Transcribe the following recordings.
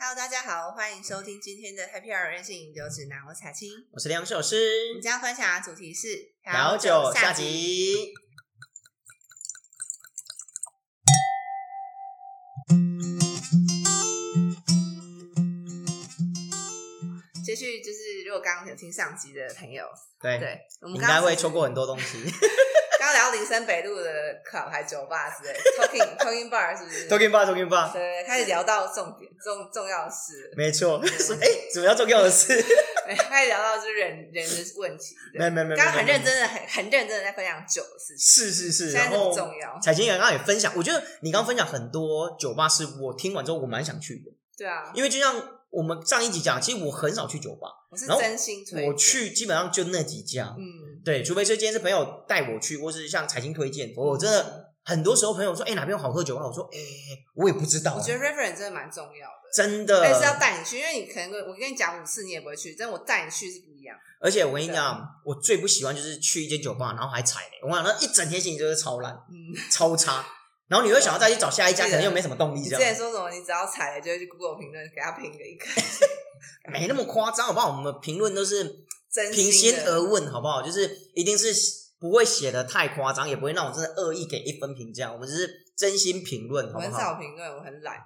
Hello，大家好，欢迎收听今天的 Happy Hour 任性饮酒指南，我是彩青。我是梁首诗，我们今天分享的主题是调酒下。集。接续就是，如果刚刚有听上集的朋友，对，对我们你应刚刚该会错过很多东西。刚聊林森北路的 club 还酒吧之类 ，talking talking bar 是不是 Talking bar, talking bar，对，开始聊到重点重重要的事，没错。对哎，主要重要 的是，对 开始聊到就是人人的问题。对没没没，刚刚没很认，真的、很很认真的在分享酒的事情，是是是。现在然这么后重要，彩琴刚刚也分享，我觉得你刚刚分享很多酒吧是我听完之后我蛮想去的，对啊，因为就像我们上一集讲，其实我很少去酒吧，我是然后真心推我荐，去基本上就那几家。嗯，对，除非是今天是朋友带我去，或是像财经推荐，我真的很多时候朋友说，哎、哪边有好喝酒吧？我说，哎、我也不知道、啊我觉得 reference 真的蛮重要的。真的但是要带你去，因为你可能我跟你讲五次你也不会去，但我带你去是不一样。而且我跟你讲，我最不喜欢就是去一间酒吧，然后还踩雷。我跟你讲那一整天心情就是超烂、嗯，超差，然后你会想要再去找下一家，是可的能又没什么动力你之这前样。说什么？你只要踩了就会去 Google 评论给他评个一个，没那么夸张，好不好？我们评论都是真平心心的而问，好不好？就是一定是不会写的太夸张，也不会让我真的恶意给一分评价，我们只是真心评论，好我不很好？少评论，我很懒。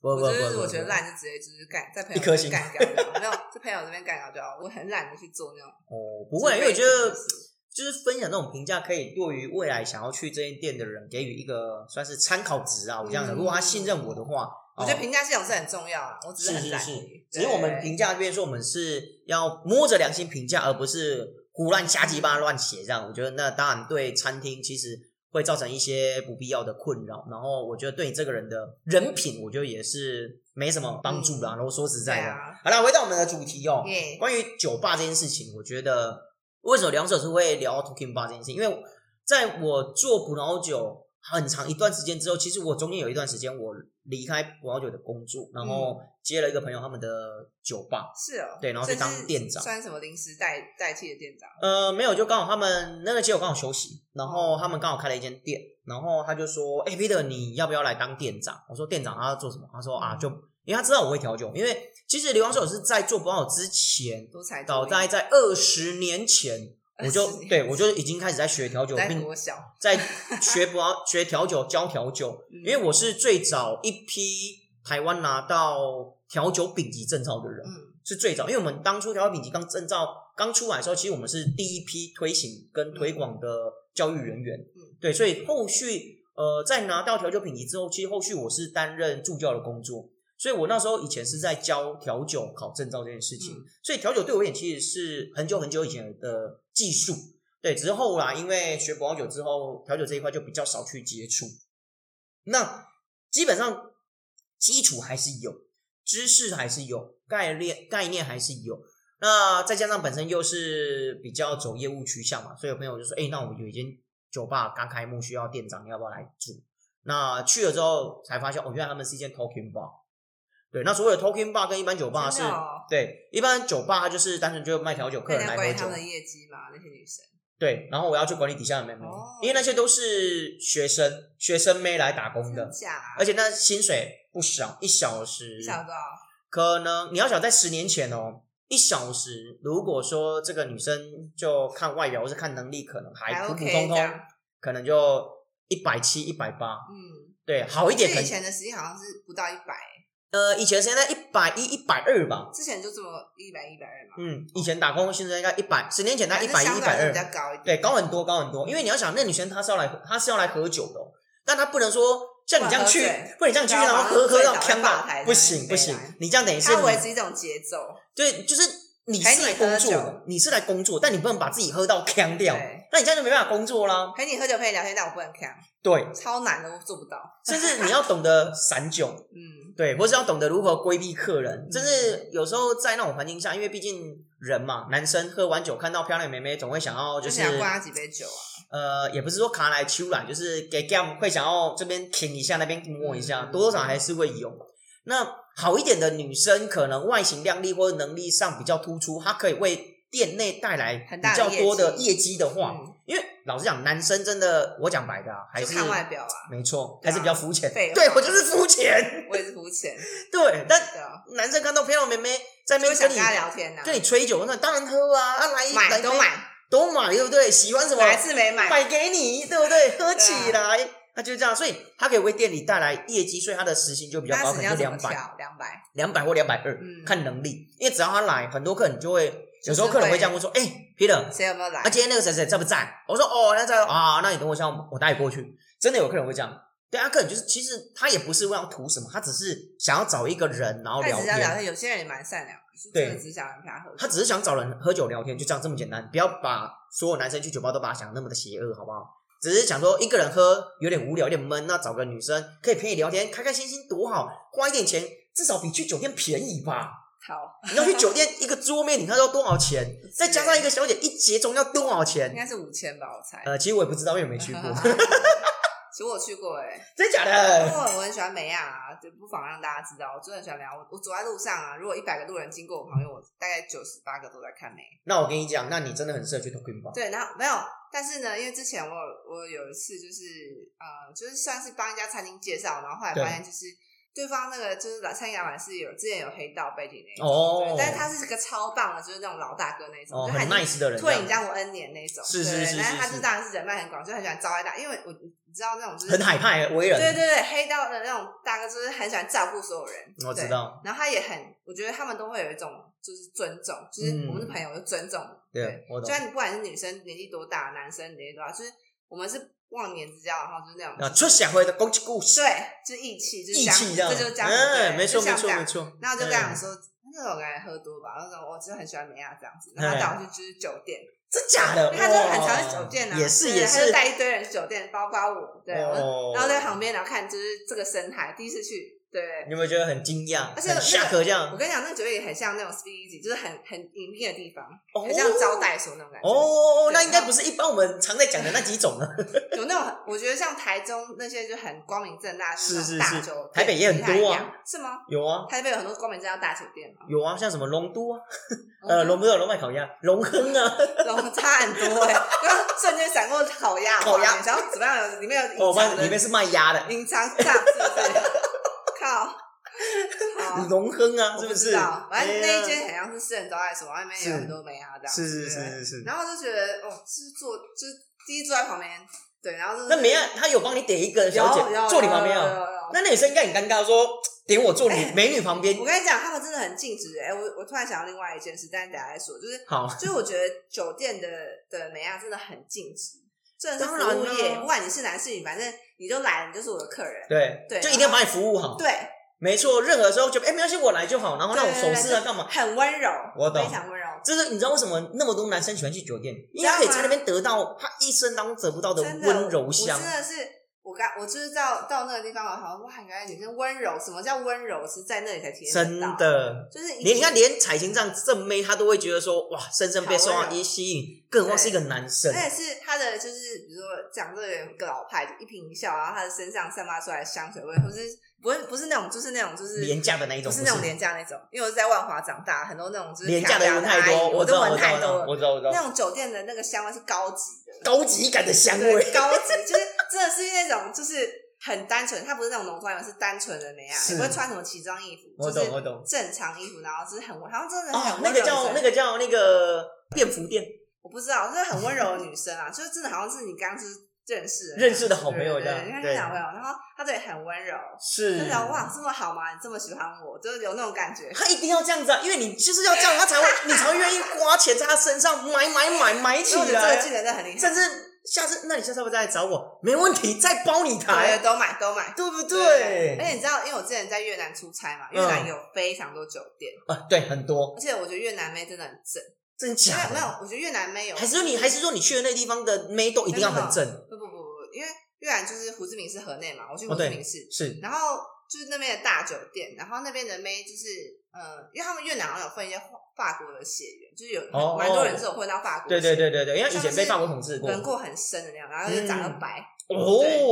不我不不就是不我不觉得不烂就直接就是干在朋友一颗这边星干掉就好，没有在朋友这边干掉就好。我很懒得去做那种。哦，不会啊，因自为费我觉的得东西就是分享这种评价，可以对于未来想要去这间店的人给予一个算是参考值啊。我这样嗯讲，如果他信任我的话，我觉得哦评价系统是很重要啊，我只是很是懒而是已。，只是我们评价这边说，我们是要摸着良心评价，而不是胡乱瞎鸡巴乱写这样。我觉得那当然对餐厅其实会造成一些不必要的困扰，然后我觉得对你这个人的人品，我觉得也是没什么帮助啦。然后说实在嗯对的，啊嗯好了，回到我们的主题哦，耶，关于酒吧这件事情，我觉得为什么两手是会聊 talking bar 这件事情？因为在我做葡萄酒很长一段时间之后，其实我中间有一段时间我离开葡萄酒的工作，然后接了一个朋友他们的酒吧。是哦，对然后所以去当是店长算什么临时代代替的店长？呃，没有，就刚好他们那个街友刚好休息，然后他们刚好开了一间店，然后他就说：“哎、p e t e r 你要不要来当店长？”我说：“店长他要做什么？”他说：“啊，就因为他知道我会调酒，因为其实刘王手是在做葡萄酒之前，多才多早艺在在二十年前，我就20年对我就已经开始在学调酒，呃 在并国小，在学葡萄学调酒教调酒，嗯因为我是最早一批台湾拿到调酒丙级证照的人，嗯，是最早。因为我们当初调酒丙级刚证照刚出来的时候，其实我们是第一批推行跟推广的教育人员，嗯对，所以后续呃在拿到调酒丙级之后，其实后续我是担任助教的工作。所以我那时候以前是在教调酒考证照这件事情，嗯所以调酒对我而言其实是很久很久以前的技术，对，只是后来因为学葡萄酒之后，调酒这一块就比较少去接触。那基本上基础还是有，知识还是有，概念概念还是有。那再加上本身又是比较走业务取向嘛，所以有朋友就说：“哎、那我们有一间酒吧刚开幕，需要店长，你要不要来住？”那去了之后才发现，哦，原来他们是一间 talking bar。对，那所谓的 talking bar 跟一般酒吧是，真的哦对，一般酒吧它就是单纯就卖调酒，客那你人要来管喝理他酒们的。业绩嘛？那些女生，对，然后我要去管理底下的妹妹，哦因为那些都是学生，学生妹来打工的哎真，假啊？而且那薪水不少，一小时，小多少？可能你要想在十年前哦，一小时，如果说这个女生就看外表或是看能力，可能还还普普 OK 通这通样，可能就一百七、一百八，嗯，对，好一点可是以能前的时间好像是不到一百，呃，以前现在一百一、一百二吧，之前就这么一百一百二嘛，嗯，以前打工现在应该一百，十年前啊那一百还一、是相一对来百说二比，较高一点，对，高很多，高很多。因为你要想，那女生她是要来，她是要来喝酒的哦、但她不能说像你这样去不能喝醉，不能这样去，然后喝喝到呛到，不行不行，你这样等于是它维你持一种节奏，对，就是你陪是你来喝工作酒的，你是来工作，但你不能把自己喝到呛掉对，那你这样就没办法工 作啦。陪你喝酒陪你聊天，但我不能看，对，超难的，我做不到。甚至你要懂得散酒，嗯，对，或是要懂得如何规避客人，就是有时候在那种环境下，因为毕竟人嘛，男生喝完酒看到漂亮妹妹，总会想要就就是想要灌他几杯酒啊，呃，也不是说卡来秋来，就是给 gam 会想要这边停一下，那边摸一下，嗯多多少少还是会有。那好一点的女生，可能外形靓丽或者能力上比较突出，她可以为店内带来很比大的较多的业业绩的话，嗯因为老实讲，男生真的，我讲白的、啊，还就是看外表啊，没错，对啊还是比较肤浅。废话对我就是肤浅。我也是肤浅，对，但对啊，男生看到漂亮妹妹在那就边跟想你跟他聊天呐、啊跟你吹酒，那当然喝啊，啊来一来买一都杯买，都买，对不对？喜欢什么哪一次没买？买给你，对不对？喝起来，那就这样，所以他可以为店里带来业绩，所以他的时薪就比较那高，时可间能要就怎么两百、调？两百，两百或两百二嗯，看能力。因为只要他来，很多客人就会，有时候就是会客人会这样问说：“哎，Peter，谁有没有来啊，？今天那个谁谁在不在？”我说：“哦，那在啊，那你等我一下，我带你过去。”真的有客人会这样。对啊，客人就是其实他也不是为了图什么，他只是想要找一个人，然后他只聊是要聊天。天，有些人也蛮善良的，就对真的只想跟他喝酒。他只是想找人喝酒聊天，就这样这么简单。不要把所有男生去酒吧都把他想得那么的邪恶，好不好？只是想说一个人喝有点无聊，有点闷，那找个女生可以陪你聊天，开开心心多好，花一点钱至少比去酒店便宜 吧。好，你要去酒店一个桌面，你看要多少钱？再加上一个小姐一结账要多少应钱？该是五千吧，我猜。呃，其实我也不知道，因为我没去过，其实我去过 哎、欸，真假因为的？我很喜欢美亚啊，就不妨让大家知道，我真的很喜欢美亚。我我走在路上啊，如果一百个路人经过我旁边，我大概九十八个都在看美。那我跟你讲，那你真的很适合去 Talking Bar。对，然后没有，但是呢，因为之前我有我有一次就是呃，就是算是帮一家餐厅介绍，然后后来对发现就是对方那个就是餐饮老板是有之前有黑道背景那一种，哦对，但是他是个超棒的，就是那种老大哥那一种，哦，就他很已经 nice 的人这退隐样，让我 N 年那一种，是是对是是但是他是就当然是人脉很广，就很喜欢招待大，因为我你知道那种就是很海派为人。对对对，黑道的那种大哥就是很喜欢照顾所有人，我知对。道。然后他也很，我觉得他们都会有一种就是尊重，就是嗯我们的朋友就尊重，对，我就懂。算你不管是女生年纪多大，男生年纪多大，就是我们是忘年之交，然后就是那种啊，出社会的攻击故事。对，就是义气，就是义江气这样，这就是江湖，嗯，对没就错没像错嗯这样没错。然后就跟他讲说，那种感觉喝多吧，然后说我就很喜欢美亚这样子，然后哎他带我去就是酒店，真假的，因为他就很常哇去酒店啊，哦也是对也他是就，带一堆人去酒店，包括我，对，我哦然后在旁边然后看就是这个生态，第一次去，对你。有没有觉得很惊讶，而且那很个下课这我样？跟你讲，那个酒店也很像那种 speakeasy，就是很很隐蔽的地方，哦很像招待所那种感觉。哦，对那应该不是一般我们常在讲的那几种了。有那种很，我觉得像台中那些就很光明正大，是就是是那种大酒店台北也很多啊不太一样，是吗？ 有啊台北有很多光明正大大酒店嘛，有啊，像什么龙都啊，呃，龙不是龙脉烤鸭，龙亨啊，龙差很多哎、欸，刚刚瞬间闪过烤鸭，烤鸭，然后怎么样？里面有隐哦，不藏然的，里面是卖鸭的，隐藏炸是不 是？靠，好，龙亨哦啊，我是不是知？道，反正那一哎呀间好像是私人招待所，外面也有是很多美啊这样，是是对是是是。然后就觉得哦，就是坐，就是第一坐在旁边，对，然后就是那没啊，他有帮你点一个小有有姐坐你旁边有有啊？有有有哎那那女生应该很尴尬，说点我坐你美女旁边我。跟你讲，他们真的很禁止。哎、我我突然想到另外一件事，但是等一下再说。就是，好，就是我觉得酒店的的美亚真的很禁止，真的是当然啊服务业，啦不管你是男是女，反正你就来了，你就是我的客人。对对就一定要把你服务好。对，没错，任何时候就哎、没关系，我来就好。然后那种对对手对势啊，干嘛？很温柔，我懂非常温柔。就是你知道为什么那么多男生喜欢去酒店？因知为道可以吗在那边得到他一生当中得不到真的温柔乡我。真的是。我刚我就是到到那个地方，我好像哇，原来女生温柔，什么叫温柔？是在那里才体验真得到，的，就是连你看，连彩琴这样正妹，她都会觉得说哇，深深被好受温到柔一吸引，更何况是一个男生。而且是他的，就是比如说讲这个人个老派，就一颦一笑，然后他的身上散发出来的香水味，或是不是不是那种，就是那种就是廉价的那一种不是不那是种廉价那种，因为我是在万华长大，很多那种就是廉价的调人调太阿多，姨我我知都道，闻我知道，太我知道多，我知道，我知那道，种酒店的那个香味是高级的，高级感的香对，味。高级就是真的是那种就是。很单纯，它不是那种浓妆艳抹，是单纯的那样，是也不会穿什么奇装异服，我就懂，是我懂。正常衣服，然后就是很温，好像真的哦很，那温柔个的女叫生那个叫那个便服店，我不知道，就是很温柔的女生啊， 就是真的好像是你刚刚就是认识的认识的好朋友对对这样对，认识对的好朋友，然后她对你很温柔，就是觉得哇这么好吗？你这么喜欢我，就是有那种感觉。他一定要这样子啊，因为你就是要这样，他才会，你才会愿意花钱在他身上买买买买起所以我觉得这个技来，能真的很厉害，甚至下次，那你下次要不要再来找我？没问题，再包你对台，都买都买。对不哎而且对？你知道，因为我之前在越南出差嘛，越南嗯有非常多酒店，啊，对，很多，而且我觉得越南妹真的很正。真没假有没有的？，我觉得越南妹有还是说你，还是说你去的那地方的妹都一定要很正？不不不不，因为越南就是胡志明市河内嘛，我去胡哦对志明市，是然后就是那边的大酒店，然后那边的妹就是，呃，因为他们越南好像有分一些法法国的血缘，就是有哦蛮多人是有混到法国对的血对缘，对对对，因为以前被像法是国统治过，轮廓很深的那样，然后又长得白，对，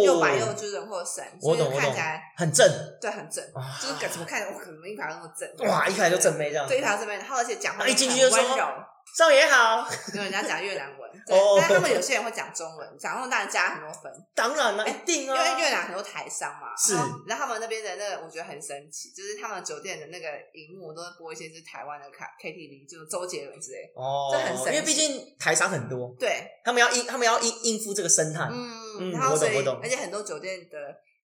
又白又哦，就是轮廓深，所我以就懂我看懂起来很正，对很正，哇就是怎么看，我可能一排那么正，哇，一开始就正妹这样，对，一排正妹，然后而且讲话啊一进去就很温说柔，少爷好，没有人家讲越南 文，对哦但他们有些人会讲中文，讲中文当然加很多分，当然了，一定因为啊，越南很多台商嘛，是然后然后他们那边的那个我觉得很神奇，就是他们酒店的那个荧幕都会播一些就是台湾的卡 KTV，就是周杰伦之类的，哦，这很神奇因为毕竟台商很多，对，他们要应他们要应应付这个生态，嗯嗯，然后我懂所以我懂而且很多酒店的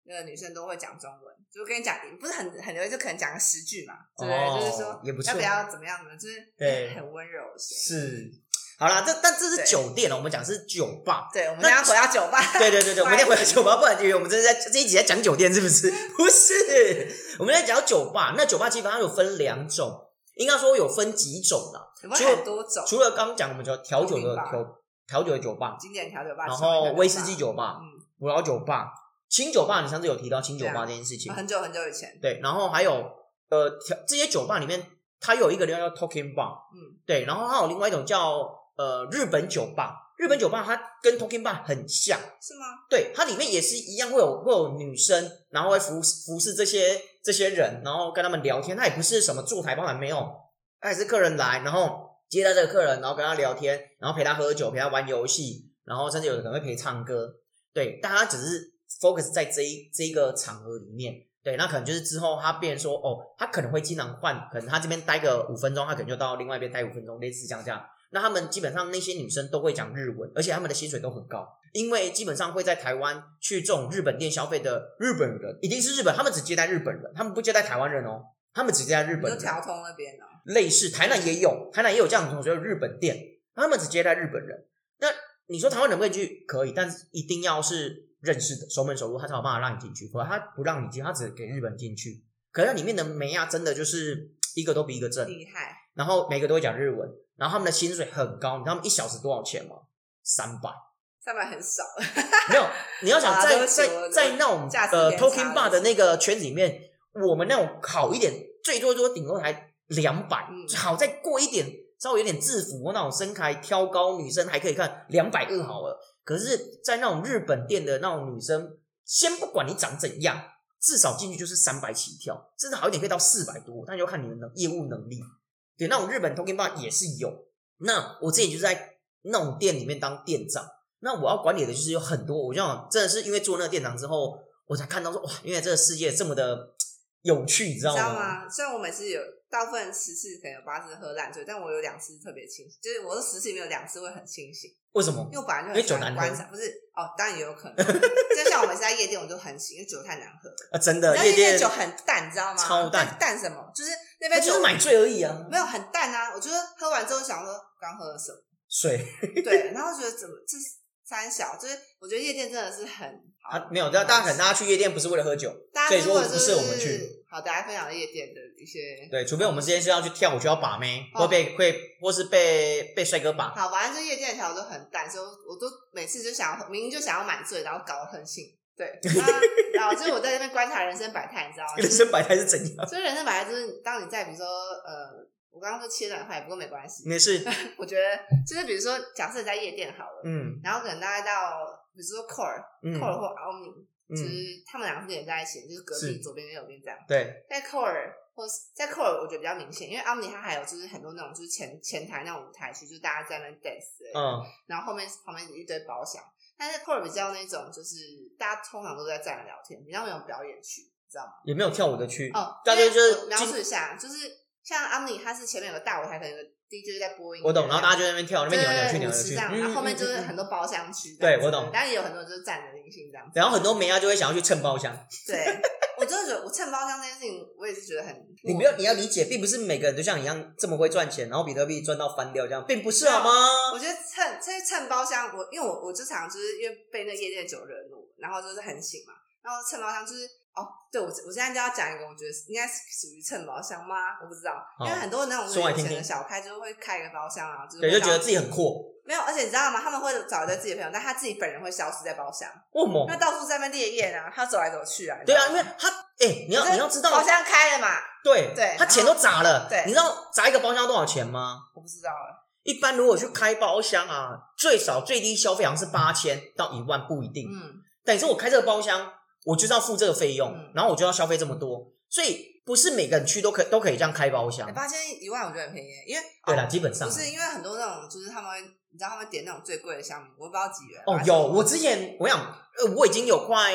那个女生都会讲中文，就跟你讲不是很很流利，就可能讲个十句嘛，对不对？哦就是说也不错要不要怎么样怎么样，就是对很温柔的声音。是。好啦，这但这是对酒店哦，我们讲是 酒吧。对，我们那现在回到酒吧，对对对对，我们再回到酒 吧，不然以为我们这是在这一集在讲酒店是不是？ 不是，我们在讲酒吧。那酒吧基本上有分两种，应该说有分几种啦。有没有很多种？除了刚刚讲我们说调酒的调酒调调酒的酒吧，经典调酒吧，然小后调威士忌，酒吧、嗯，葡萄酒吧、清酒吧，你上次有提到清酒吧对啊这件事情，很久很久以前，对，然后还有呃调这些酒吧里面，它有一个叫 Talking Bar，嗯，对，然后还有另外一种叫呃日本酒吧，日本酒吧它跟 Talking Bar 很像，是吗？对，它里面也是一样会有会有女生，然后会服侍服侍这些这些人，然后跟他们聊天，它也不是什么坐台包还没有，它也是客人来，然后接待这个客人，然后跟他聊天，然后陪他喝酒，陪他玩游戏，然后甚至有的可能会陪唱歌，对，但他只是 focus 在这一这一个场合里面。对，那可能就是之后他变成说，哦，他可能会经常换，可能他这边待个五分钟，他可能就到另外一边待五分钟，类似像这样。那他们基本上那些女生都会讲日文，而且他们的薪水都很高，因为基本上会在台湾去这种日本店消费的日本人，一定是日本，他们只接待日本人，他们不接待台湾人哦，他们只接待日你说本人。调通那边哦呢？类似台南也有，台南也有这样的同学，有日本店，他们只接待日本人。那你说台湾人不能去？可以，但是一定要是认识的，熟门熟路，他才有办法让你进去。否则他不让你进，他只给日本人进去。可是那里面的梅亚真的就是一个都比一个正，厉害，然后每个都会讲日文，然后他们的薪水很高，你知道他们一小时多少钱吗？三百。上面很少， 没有，你要想好啦啊对在不起在我在那种价值呃偏差 Talking Bar 的那个圈子里面，我们那种好一点，最多多顶多才两百、嗯好再过一点，稍微有点制服那种身材挑高女生还可以看两百二好了。可是，在那种日本店的那种女生，先不管你长怎样，至少进去就是三百起跳，甚至好一点可以到四百多，那就看你的能业务能力。对，那种日本 Talking Bar 也是有。那我自己就在那种店里面当店长，那我要管理的就是有很多。我就想，真的是因为做那个店长之后，我才看到说哇，原来这个世界这么的有趣，你知你道知吗？道吗？虽然我每次有大部分十次可能有八次喝烂醉，但我有两次特别清醒，就是我的十次里面有两次会很清醒。为什么因？为我本来就因为很喜酒难欢喝观赏，不是哦，当然也有可 能。就像我们是在夜店，我就很醒，因为酒太难喝了。啊，然真的后夜夜店酒很淡，你知道吗？超淡淡什么？就是那那杯就酒是买醉而已啊，没有很淡啊。我觉得喝完之后想说刚喝了什么，水对，然后觉得怎么这是三小，就是我觉得夜店真的是很好。啊，没有，大家可能大家去夜店不是为了喝酒，大所家以如说果不就是我们去。好，大家分享夜店的一些。对，除非我们之前是要去跳舞，去要把妹，哦或被会或是被被帅哥把，好，反正就夜店的调酒都很淡，所以我都每次就想要，明明就想要满醉，然后搞得很兴。 对，那然后就是我在那边观察人生百态，你知道吗？ 人生百态是怎样？所以人生本来就是，当你在比如说呃，我刚刚说切断坏，不过没关系。没事，我觉得就是比如说，假设你在夜店好了，嗯然后可能大概到比如说 Core、嗯 Core 或 Omni，、就嗯，是他们两个是连在一起，就是隔是壁左边跟右边这样。对，在 Core 或是在 Core 我觉得比较明显，因为 Omni 它还有就是很多那种就是前前台那种舞台区，就是大家在那边 dance，的、嗯，然后后面旁边一堆包厢。但是 Core 比较那种就是大家通常都在站着聊天，比较没有表演区，你知道吗？也没有跳舞的区，哦，大概就是因为我描进述一下，就是像阿米，他是前面有个大舞台，可能有个 DJ 在播音乐，我懂，然后大家家就在那边跳，那边扭来扭去，扭来扭这去，样，嗯然后后面就是。嗯嗯很嗯多包厢区，对这样子我懂但也有很多人就是站着聆听这样 子。然后很多梅亚就会想要去蹭包嗯厢，对，我真的觉得我蹭包厢这件事情，我也是觉得很，你不要你要理解，并不是每个人都像你一样这么会赚钱，然后比特币赚到翻掉这样，并不是对啊好吗？我觉得蹭这蹭包厢，我因为我我经常就是因为被那夜店酒惹怒，然后就是很醒嘛，然后蹭包厢就是哦，对我我现在就要讲一个，我觉得应该是属于蹭包厢吗？我不知道，因为好很多那哦说种来有听钱听的小开就会开一个包厢啊，就是对，会就觉得到自己很阔，没有，而且你知道吗？他们会找一堆自己的朋友，但他自己本人会消失在包厢，为什么他？到处在那边烈焰啊，他走来走去啊。你知哦对道吗啊，因为他哎，你要可是你要知道，包厢开了嘛，对对他钱都砸了，对你知道砸一个包厢多少钱吗？我不知道了。一般如果去开包厢啊，最少最低消费好像是八千到一万不一定，嗯，等于说我开这个包厢，我就是要付这个费用，嗯然后我就要消费这么多，所以不是每个区都可都可以这样开包厢。哎八千一万我觉得很便宜，因为对啦，哦基本上不是因为很多那种就是他们，你知道他们点那种最贵的香米，我不知道几元。啊哦反，正有我之前我想，呃，我已经有快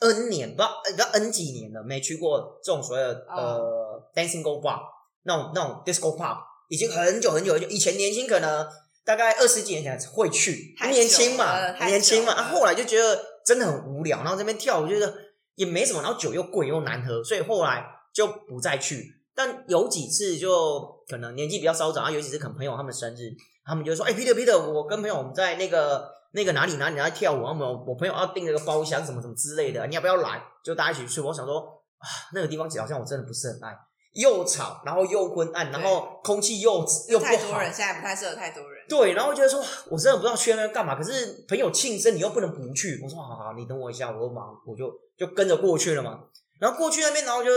N 年，不知道呃不知道 N 几年了，没去过这种所谓的、哦呃 dancing go bar 那种那种 disco pub，已经很久很久很久。以前年轻可能大概二十几年前会去，太久年轻了嘛，太年轻嘛。久了啊，后来就觉得真的很无聊，然后这边跳舞就觉得也没什么，然后酒又贵又难喝，所以后来就不再去。但有几次就可能年纪比较稍长，啊，有几次可能朋友他们生日，他们就说：“哎、p e t e r Peter，我跟朋友我们在那个那个哪里哪里哪里跳舞，然后我们我朋友要订了个包厢，什么什么之类的，你要不要来？”就大家一起去。我想说啊，那个地方好像我真的不是很爱，又吵，然后又昏暗，然后空气又又不太多好人，，现在不太适合太多人。对，然后我觉得说，我真的不知道去那边干嘛。可是朋友庆生，你又不能不去。我说好好，你等我一下，我忙，我就就跟着过去了嘛。然后过去那边，然后就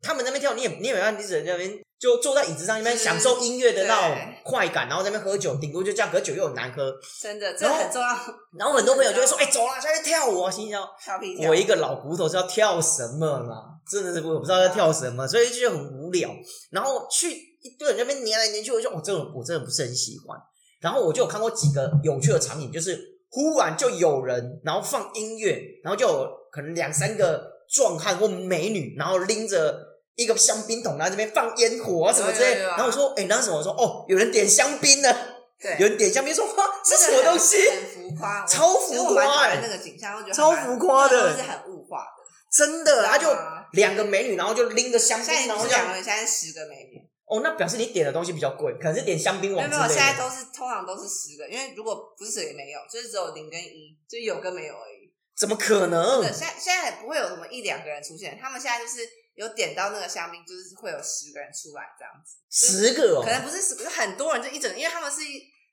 他们那边跳，你也你也没办法，你只能在那边就坐在椅子上那边是享受音乐的那种对快感，然后在那边喝酒，顶多就这样，可是酒又很难喝。真的，这然后很重要。然后很多朋友就会说：“哎、走啦，下去跳舞啊！”心想，调皮我一个老骨头是要跳什么啦？真的是我不知道要跳什么，所以就很无聊。然后去一堆人在那边黏来黏去，我就我、哦、这种我真的不是很喜欢。然后我就有看过几个有趣的场景，就是忽然就有人，然后放音乐，然后就有可能两三个壮汉或美女，然后拎着一个香槟桶，然后这边放烟火啊什么之类对啊的。对啊然后我说，哎、那什么？我说，哦，有人点香 槟呢，对，有人点香槟，说哇，这这什个么很东西？ 很浮夸，我超其实浮我蛮夸讨欸厌那个景象，我觉得超很浮夸的那个都是很物化的。真的，他就知道吗两个美女，然后就拎着香现在槟，然不后是这样两个人，现在十个美女，哦，那表示你点的东西比较贵，可能是点香槟没有王之没有，类现在的。都是通常都是十个，因为如果不是十个也没有，就是只有零跟一，就有跟没有而已。怎么可能对，？现在现在不会有什么一两个人出现，他们现在就是有点到那个香槟，就是会有十个人出来这样子，十个哦可，能不是十，就很多人就一整，因为他们是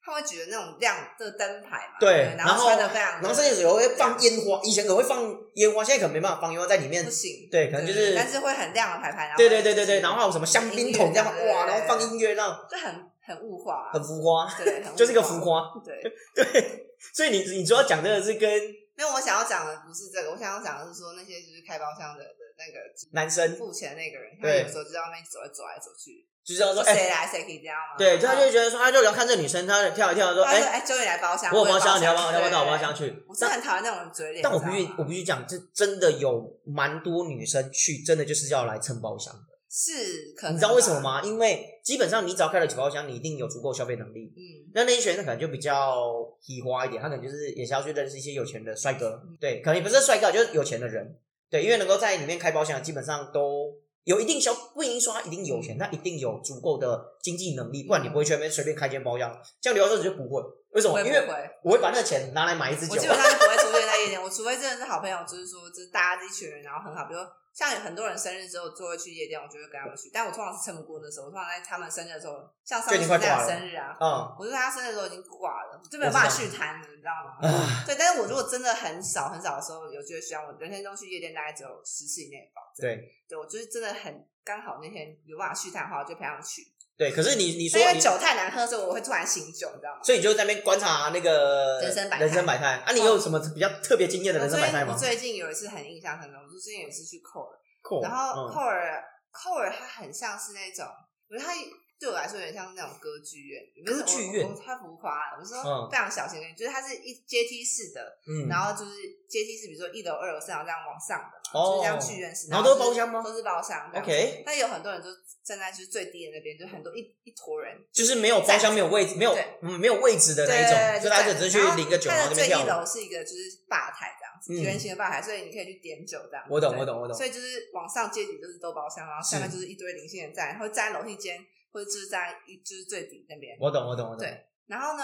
他们会举着那种亮的灯牌嘛，对然然后后穿的非常，然后甚至有时候会放烟花，以前可能会放烟花，现在可能没办法放烟花在里面不。行，对，可能就对是但是会很亮的牌牌，然后对对对对就是对，然后还有什么香槟桶这样音乐哇，对然后放音乐，让就很很物化啊，很浮夸，对，很物化 就是个浮。夸。对，对， 所以你你主要讲的是跟没有，我想要讲的不是这个，我想要讲的是说那些就是开包厢的的那个男生，付钱的那个人，他对有时候就在外面走来走来走去，就是要说说哎，谁来谁可以这样吗？对，就他就然会觉得说，他就要看这女生，他就跳一跳，后说啊他说哎，哎，终于来包厢，我有也包厢，你要不要你要不要对到我包厢去？我是很讨厌那种嘴脸，但我你必知须道吗我必须讲，这真的有蛮多女生去，真的就是要来蹭包厢嗯的。是可能你知道为什么吧？吗？因为基本上你只要开了酒包厢，你一定有足够消费能力。嗯，那那一群人可能就比较喜花一点，他可能就是也是要去认识一些有钱的帅哥，嗯对，可能也不是帅哥，就是有钱的人，对，因为能够在里面开包厢，基本上都有一定消，不一定说他一定有嗯钱，他一定有足够的经济能力，不然你不会去那边随便开间包厢。像刘教授就不会，为什我么？也因嗯不为会。我会把那个钱拿来买一支我酒基。本上就不会出现在夜店，我除非真的是好朋友，就是说，就是大家一群人，然后很好，比如说像有很多人生日之后就会去夜店，我就会跟他们去，但我通常是撑不过那时候，我通常在他们生日的时候，像上就次已经快挂他了生日啊，嗯，我就在他生日的时候已经挂了，就没有办法续摊了，你知道吗？对，但是我如果真的很少很少的时候有觉得需要，我人生中去夜店大概只有十次以内吧。对对，我就是真的很刚好那天有办法续摊的话，我就陪他们去。对，可是你你说但因为你酒太难喝，所以我会突然醒酒，你知道吗？所以你就在那边观察那个人生百态哦人生百态。啊，你有什么比较特别经验的我人生最百态近我吗？最近有一次很印象很深，我就最近有一次去扣了，酷然后扣嗯尔扣尔它很像是那种，我觉得它对我来说有点像那种歌剧院，歌剧院我我我太浮夸了，我是嗯说非常小型的，就是它是一阶梯式的，嗯，然后就是阶梯是比如说一楼、二楼、三楼这样往上的嘛，哦就是这样剧院式，然后就都是包厢吗都是包厢。这样 OK 但有很多人就站在就是最低的那边，就很多一一坨人就是没有包厢，没有位置，没有对嗯没有位置的那一种，就就大家站只着是去然后领个酒，然它后的那最边一跳舞。楼是一个就是吧台这样子，嗯圆形的吧台，所以你可以去点酒这样。我懂，对我。懂，我懂所。以就是往上阶级就是都包厢，然后下面就是一堆零星人站，然后站在楼梯间或者就是在一就是最底那边。我懂，我懂，我懂。对然后呢，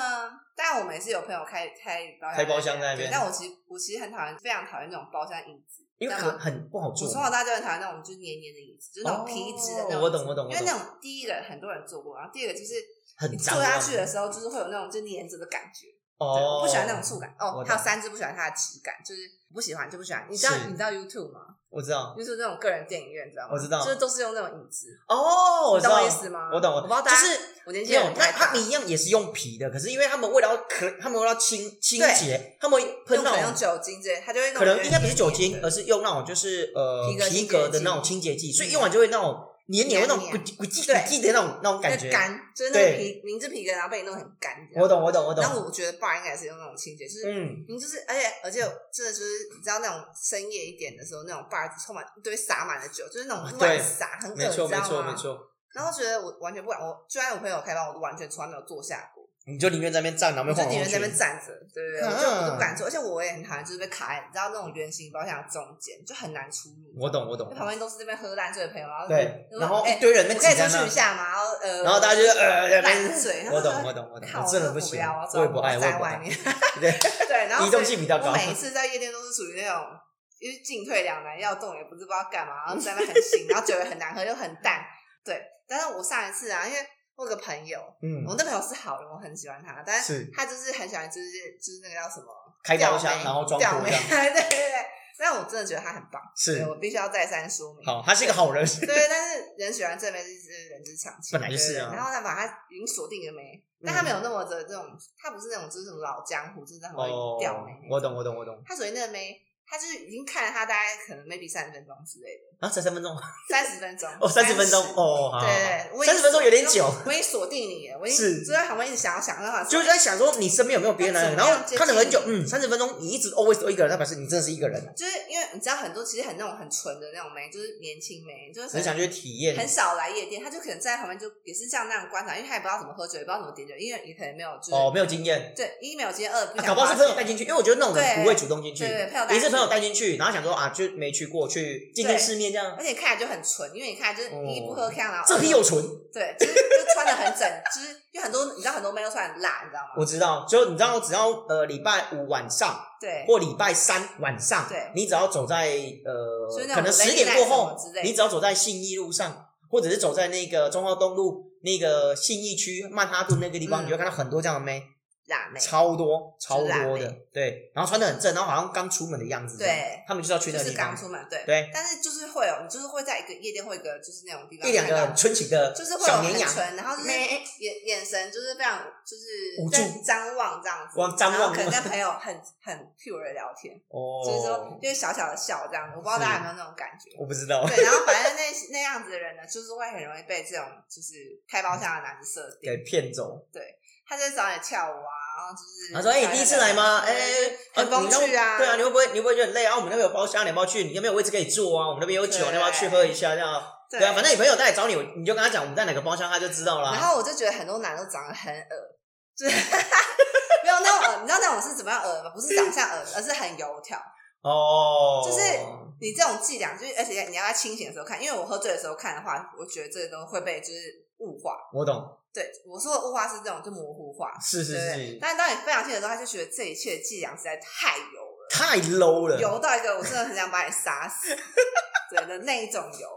当然我们也是有朋友开开包厢开包厢在那对边但我其实我其实很讨厌，非常讨厌那种包厢椅子，因为知可道吗能很不好我做。从小到大就很讨厌那种就是黏黏的椅子，就是那种皮质的那种椅子、哦哦我懂我懂我懂因为那种第一个很多人坐过，然后第二个就是很你脏坐下去这样的时候，就是会有那种就黏着的感觉。对哦，我不喜欢那种触感。哦我，懂还有三只不喜欢它的质感，就是不喜欢就不喜欢。你知道是你知道 YouTube 吗我知道， ？YouTube 这种个人电影院，你知道吗？我知道就是都是用那种椅子。哦，我你知懂道我意思吗我懂，我不知道就大家是我年纪没有很，那太大他们一样也是用皮的，可是因为他们为了要可，他们为了要清清对洁，他们会喷用可能那用种酒精之类，它就会弄可得能应该不是黏黏酒的精，而是用那种就是呃皮革清皮洁革的剂那种清洁剂，所以嗯用完就会那种黏黏，会那种黏咕黏叽咕叽对咕叽的那种那种感那觉。干，就是那对个皮明治皮革，然后被你弄得很干。我。懂，我懂，我懂然。后我觉得爸应该也是用那种清洁，就是嗯，你就是，而且而且真的就是，你知道那种深夜一点的时候，那种 bar 充满一堆洒满了酒，就是那种啊对乱洒，很恶没错，你知没道啊错，吗没错。然后觉得我完全不敢，我虽然我朋友开房，我都完全从来没有坐下过，你就宁愿在那边站，然后我就晃来宁晃愿在那边去。站着，对对对，我就啊我都不敢坐，而且我也很讨厌就是被卡在，你知道那种圆形包厢的中间就很难出入，我懂，我因懂为。旁边都是这边喝烂醉的朋友，然后对，就说然后啊哎一堆人我在可以出挤在去一那，下吗？然后呃，然后大家就呃，在那边烂醉，然后我懂，就我懂，我懂，靠，我我真的不行，要，我也不爱，我我也在不外爱。面， 对，对，然后移动所以性比较高我每一次在夜店都是属于那种，因为进退两难，要动也不知道干嘛，然后在那边很醒，然后酒也很难喝又很淡。对，但是我上一次啊，因为我有个朋友，嗯我，那朋友是好人，我很喜欢他，但是他就是很喜欢，就是就是那个叫什么开吊包厢，眉然后装吊酷眉，这 对样，对对。但我真的觉得他很棒，对是我必须要再三说明。哦好，他是一个好人，对，但是人喜欢正妹就是人之常情，本来就是对啊嗯对对然后他把他已经锁定了眉，但他没有那么的这种，他不是那种就是什么老江湖，就是很会哦掉眉。，我懂，我懂，我懂。他锁定那个眉，他就是已经看了他大概可能 maybe 三十分钟之类的，啊，才三分钟三十分钟哦，三十分钟哦，好好，对，我已经三十分钟有点久，我已经锁定你了，我已是经就在旁边一直想要想办法，就是在想说你身边有没有别人，啊那怎然么样后看了很久，嗯，三十分钟你一直 always 都一个人，那表示你真的是一个人，啊就是因为你知道很多其实很那种很纯的那种妹，就是年轻妹，就是很想去体验，很少来夜店，她就可能在旁边就也是像那样观察，因为她也不知道怎么喝酒，也不知道怎么点酒，因为也可能没有就是、哦，没有经验，对一没有接二不啊想、搞不好是朋友带进去，因为我觉得那种人对不会主动进去，对对朋友带进去也是朋友带进去，然后想说啊，就没去过，去见见世面这样而，且看起来就很纯，因为你看就是哦一不喝看，然后这批有纯，对，就是就穿的很整，就是因为很多你知道很多妹都穿很辣，你知道吗？我知道，就你知道，只要呃礼拜五晚上对，或礼拜三晚上，对你只要走在呃就是那种可能 late 十点过 night 什后么之类，的你只要走在信义路上，或者是走在那个中华东路那个信义区曼哈顿那个地嗯方，你就会看到很多这样的妹，辣妹超多超辣多妹的，对，然后穿的很正，然后好像刚出门的样子，对，他们就是要去就那个是地刚方，出门对，对，但是就是会有，你就是会在一个夜店会有一个就是那种地方一两个看到很纯情的就是会有小绵很羊，纯，然后就是咩眼眼神就是非常就是无在助张望这样子，往张望然后可能跟朋友很很 pure 的聊天，哦，所以说就是小小的笑这样子，我不知道大家有没有那种感觉。我不知道，对，然后反正那那样子的人呢，就是会很容易被这种就是开包厢的男子设定，给骗走，他就会找你跳舞啊，然后就是他说：“哎、找你第一次来吗？哎、很啊你风都趣啊对啊，你会不会你会不会觉得很累啊？我们那边有包厢，你要不要去？你有没有位置可以坐啊？我们那边有酒，对你要不要去喝一下？这样啊对啊，反正你朋友带来找你，你就跟他讲我们在哪个包厢，他就知道然啦。后我就觉得很多男的都长得很恶，就是 没有那种恶，你知道那种是怎么样恶吗？不是长相恶，而是很油条。哦，就是你这种伎俩，就是而且你要在清醒的时候看，因为我喝醉的时候看的话，我觉得这都会被就是物化。我懂，对我说的物化是这种就模糊化，是是对是，但是当你非常清醒的时候，他就觉得这一切的伎俩实在太油了，太 low 了，油到一个我真的很想把你杀死，对的那一种 油。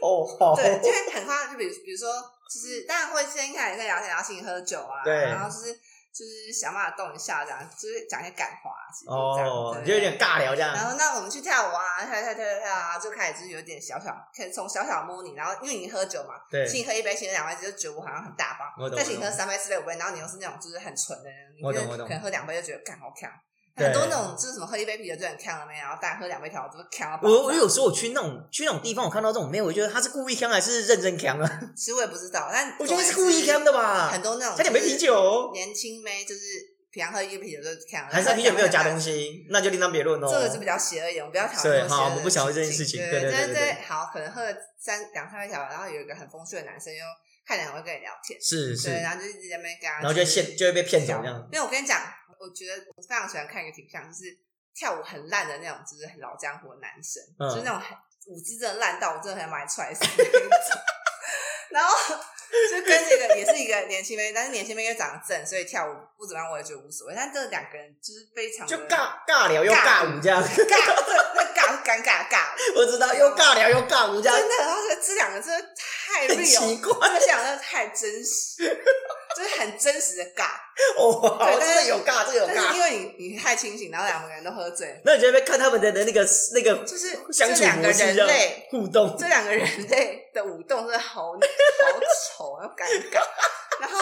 哦，好，对，因为很快就比如比如说，就是当然会先开始在聊天，然后请你喝酒啊，对然后就是就是想办法动一下，这样就是讲一些感话啊，其实这样哦，对就有点尬聊这样，然后那我们去跳舞啊，跳跳跳跳跳啊，就开始就是有点小小，可以从小小摸你，然后因为你喝酒嘛，对，请你喝一杯，请你两杯，就觉得我好像很大我方；懂再请你我懂喝三杯、四杯、五杯，然后你又是那种就是很纯的人，你我就懂我懂可能喝两杯就觉得干好呛。对很多那种就是什么喝一杯啤酒就很呛了没，然后大家喝两杯调酒就呛到爆我我炸有时候我去那种去那种地方，我看到这种妹，我觉得她是故意坑还是认真坑啊？ 其实我也不知道，但我觉总得是而故言之意坑的吧？很多那种差点没啤，酒，年轻妹就是平常喝一个啤酒就呛了，还是她啤酒没有加东西，那就另当别论哦。这个是比较邪恶一点，我们不要讨对论。好我们不想要这件事情对对对对但对是对这好，可能喝了三两三杯调，然后有一个很风趣的男生又看起来很会跟你聊天，是是，对，啊然后就一直在那边跟他，然后就会现就会被骗走这样。因为我跟你讲，我觉得我非常喜欢看一个景象，就是跳舞很烂的那种，就是很老江湖的男生，嗯就是那种很舞姿真的烂到我真的很想把你踹死的那种。 然后就跟这个也是一个年轻妹，但是年轻妹又长得正，所以跳舞不怎么样我也觉得无所谓。但这两个人就是非常就的尬尬聊又尬舞这样，尬，这那尬尴尬尬，我知道又尬聊又尬 舞这样真，的，然后觉得这两个真的太很 real，奇怪。这两个真的太真实。就是很真实的尬。哦，对但真的是有尬，这个有但是因尬。为你你太清醒，然后两个人都喝醉，那你就会看他们的那个那个就是相这处两个模式人这样类互动，这两个人类的舞动真的好好丑，好尴尬。然后，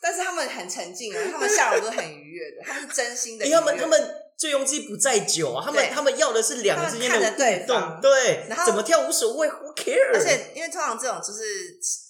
但是他们很沉静啊，他们笑容都很愉悦的，他们是真心的。因为他们他，们醉翁之意不在酒啊，他们对他们要的是两个之间他们的看着对互方动，对然，后怎么跳无所谓，Who care？而且因为通常这种就是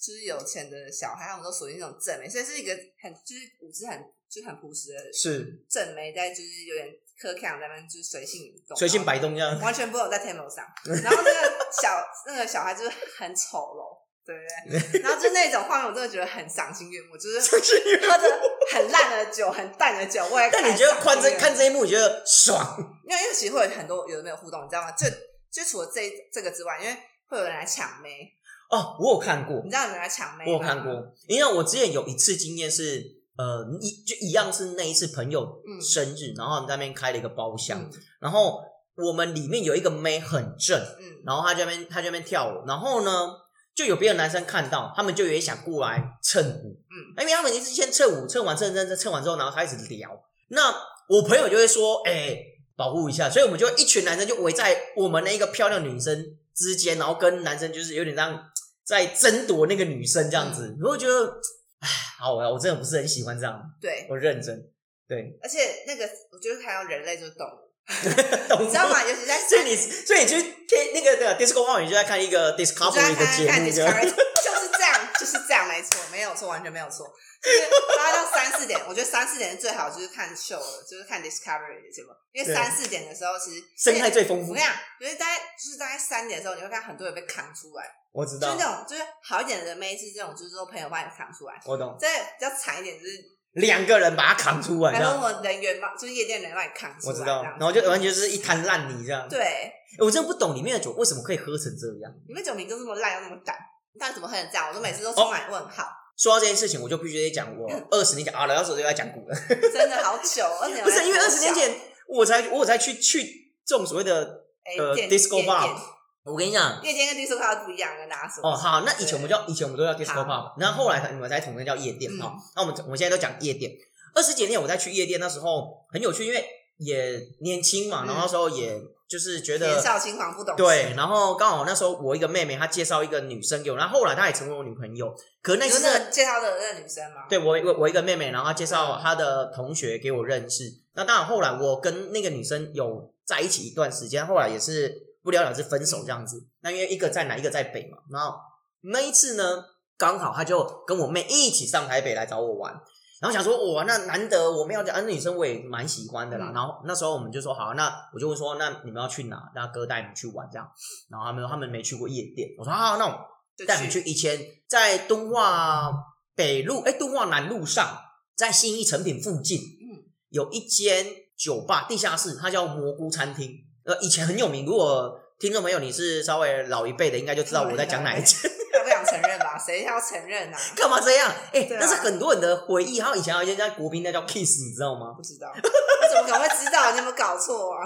就是有钱的小孩，他们都属于那种正妹，所以是一个很就是舞姿很就很朴实的是正妹，在就是有点苛刻，在那边就是随性舞动，随性摆动这样， 完全不有在 table 上。然后那个小那个小孩就是很丑陋，对不嗯对？然后就那种画面，我真的觉得很赏心悦目，就是喝着很烂的酒、很淡的酒，我也但你觉得看这看着，这一幕，你觉得爽？因为因为其实会有很多有的没有互动，你知道吗？就就除了这一这个之外，因为会有人来抢妹，哦，我有看过你，知道有人来抢妹吗？我有看过，因为我之前有一次经验是，呃，一就一样是那一次朋友嗯生日，然后我们在那边开了一个包厢，嗯然后我们里面有一个妹很正，嗯，然后她这边她这边跳舞，然后呢就有别的男生看到，他们就也想过来蹭舞，嗯，因为他们一直先蹭舞，蹭完蹭蹭蹭蹭完之后，然后开始聊，那我朋友就会说，哎、保护一下，所以我们就一群男生就围在我们那一个漂亮女生之间，然后跟男生就是有点让在争夺那个女生这样嗯子，我就觉得，哎，好啊，我真的不是很喜欢这样，对，我认真，对， 而且那个我觉得看到人类就是动物，懂你知道？吗？尤其在 所以你，所以你去听那个的 disco 放，你就在看一个我就在 discovery 的看节看目，这 Discovery，样就是这样，就是这样，没错，没有错，完全没有错。就是大概到三四点，我觉得三四点是最好，就是看秀了，就是看 Discovery 的节目，因为对三四点的时候，其实生态最丰我富跟你。讲，就是大概就是大概三点的时候，你会看很多人被扛出来，我知就道是，那种就是好一点的妹是这种，就是说朋友把你扛出来。我懂，再比较惨一点，就是两个人把它扛出来，还这问样我人员嘛，就是夜店人员把你扛出我来，知道，这样然子后就完全就是一滩烂泥这样。对，我真的不懂里面的酒为什么可以喝成这样。你们酒名就这么烂又那么淡，你到底怎么喝成这样？我都每哦次都充满问号，说到这件事情，我就必须得讲，我嗯二十年前啊，老要手就在讲古了，真的好久，而且不是因为二十年前我才我才去去这种所谓的哎呃店 disco 店 pub，我跟你讲夜店跟 disco pub 不一样，跟大家说哦，好，那以前我们叫以前我们都叫好 disco pub，那后来才你们才统称叫夜店嗯哈。那我们我们现在都讲夜店。二十几年前我在去夜店那时候很有趣，因为也年轻嗯嘛，然后那时候也就是觉年得少轻狂不懂事对，，然后刚好那时候我一个妹妹她介绍一个女生给我，然后后来她也成为我女朋友。可那你次说真的那个介绍的那个女生吗？对我我我一个妹妹，然后她介绍她的同学给我认识。那当然后来我跟那个女生有在一起一段时间，后来也是不了了之分手这样子。那因为一个在南，一个在北嘛，然后那一次呢，刚好她就跟我妹一起上台北来找我玩。然后想说，哇，那难得我们要讲，啊那女生我也蛮喜欢的啦。嗯然后那时候我们就说好，啊那我就问说，那你们要去哪？那哥带你们去玩这样。然后他们说他们没去过夜店，我说好，那我对带你们去以前在敦化北路，哎，敦化南路上，在新一成品附近，嗯有一间酒吧，地下室，它叫蘑菇餐厅，呃，以前很有名。如果听众朋友你是稍微老一辈的，应该就知道我在讲哪一间。他不想承认吧？谁要承认啊？ 干嘛这样？哎、对啊那是很多人的回忆。还有以前还有一间在国宾，那叫 Kiss，你知道吗？不知道，我怎么可能会知道？你有没有搞错啊？